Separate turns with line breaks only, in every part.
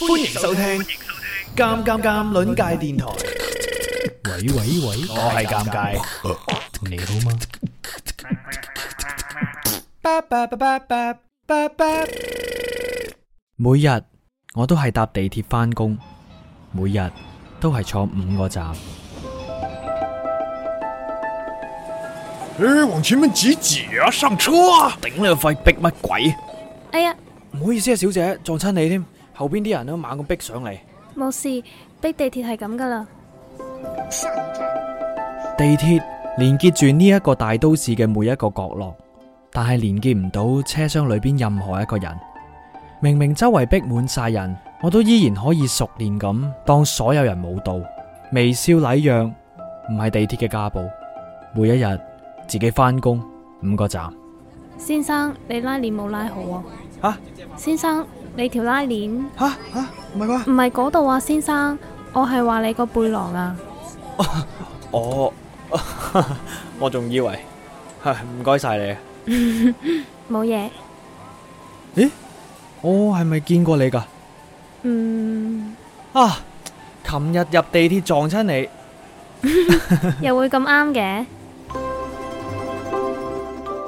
欢迎收听《尴尷尷》邻界電台。
喂喂喂，
我係尷尬，
你好嗎？每日我都係搭地鐵返工，每日都係坐五個站。
哎，往前面挤挤啊，上车啊！
頂你個肺，逼乜鬼？
哎呀，
唔好意思啊，小姐，撞親你添。後邊啲人都猛咁逼上嚟，
冇事，逼地鐵係咁噶啦。
地鐵連結住呢一個大都市嘅每一個角落，但係連結唔到車廂裏邊任何一個人。明明周圍逼滿晒人，我都依然可以熟練咁當所有人冇到，微笑禮讓，唔係地鐵嘅家暴。每一日自己返工五個站，
先生，你拉鏈冇拉好啊？
啊
先生，你條拉鏈
吓吓，唔係啩？
唔係嗰度啊，先生，我係話你個背囊啊。
我哦 我仲以為，唔該晒你。
冇嘢，
我哦係咪見過你㗎？
嗯，
啊，琴日入地鐵撞親你。
又會咁啱嘅。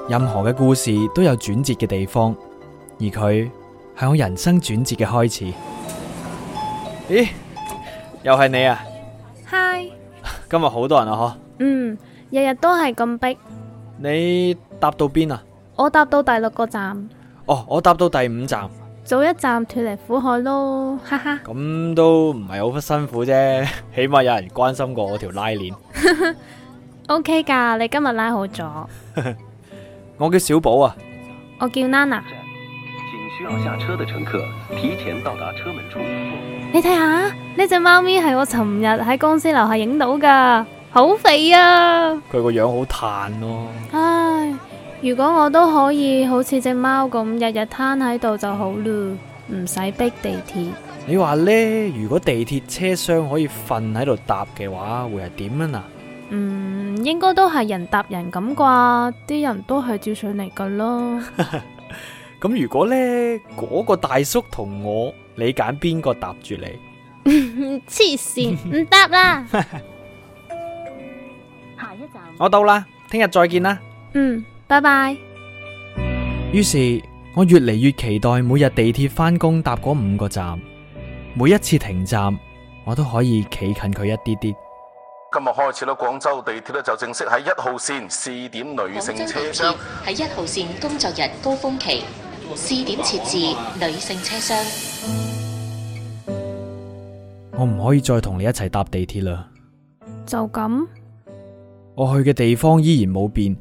任何嘅故事都有轉折嘅地方，而佢係我人生轉折嘅開始。咦，又係你啊！
嗨，
今日好多人啊，
嗯，日日都係咁逼，
嗬！你搭到邊啊？
我搭到第六個站，
哦，我搭到第五站，
早一站脱離苦海咯，哈哈。
咁都唔係好辛苦啫， 起碼有人關心過我條拉鏈。
OK 噶，你今日拉好咗。
我叫小寶啊，
我叫 Nana，
仅需要下车的乘客提前到达车门处。
你睇下呢只貓咪係我尋日喺公司樓下影到噶，好肥啊！
佢個樣好嘆咯。
唉，如果我都可以好似只貓咁日日攤喺度就好啦，唔使逼地鐵。
你話呢？如果地鐵車廂可以瞓喺度搭嘅話，會係點樣啊？
嗯，應該都係人搭人咁啩，啲人都係照上嚟噶咯。
咁如果呢嗰、個大叔同我，你揀邊個搭住你？
黐線，唔搭啦。
我到啦，聽日再見啦。
嗯，拜拜。
於是，我越嚟越期待每日地鐵返工搭嗰五個站，每一次停站，我都可以企近佢一啲啲。
今日開始咧，廣州地鐵咧就正式喺一號線試點女性車廂。
喺一號線工作日高峰期試點設置女性車廂。
我唔可以再同你一齊搭地鐵啦。
就咁，
我去嘅地方依然冇變，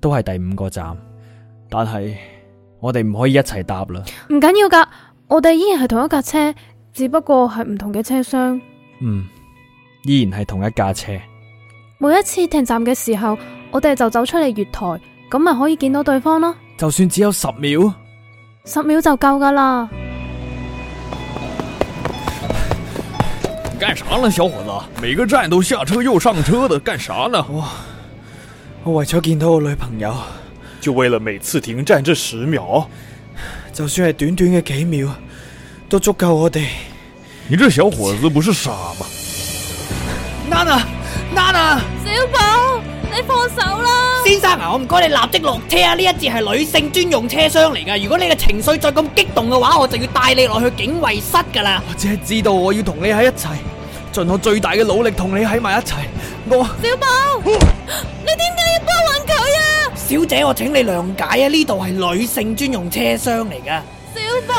都係第五個站，但係我哋唔可以一齊搭啦。
唔緊要噶，我哋依然係同一架車，只不過係唔同嘅車廂。
嗯，依然係同一架車。
每一次停站嘅時候，我哋就走出嚟月台，咁咪可以見到對方咯。
就算只有十秒，
十秒就夠噶啦。
你干啥呢，小伙子？每个站都下车又上车的，干啥呢？
我為咗見到我女朋友，
就为了每次停站这十秒？
就算係短短嘅幾秒，都足夠我哋。
你这小伙子不是傻吗？
Nana Nana
小寶，你放手啦！
先生啊，我唔該你立即落車啊！呢一節係女性專用車廂嚟㗎。如果你嘅情緒再咁激動嘅話，我就要帶你落去警衛室㗎啦。
我只係知道我要同你喺一齊，盡我最大嘅努力同你喺埋一齊。我
小寶，你點解要幫運佢啊？
小姐，我請你諒解啊，呢度係女性專用車廂嚟㗎。
小寶，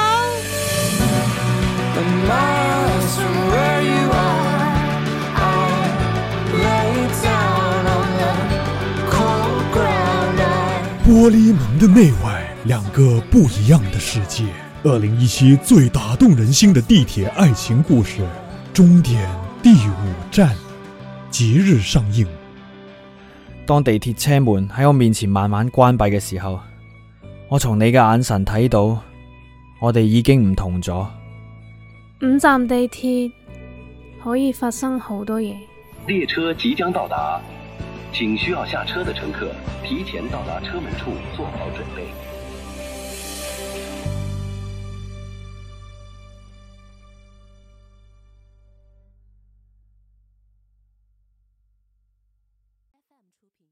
玻璃门的内外，两个不一样的世界。二零一七最打动人心的地铁爱情故事，终点第五站，即日上映。
當地鐵車門喺我面前慢慢關閉嘅時候，我從你嘅眼神睇到，我哋已經唔同咗。
五站地鐵可以發生好多嘢。
列车即将到达，请需要下车的乘客提前到达车门处做好准备。
出品。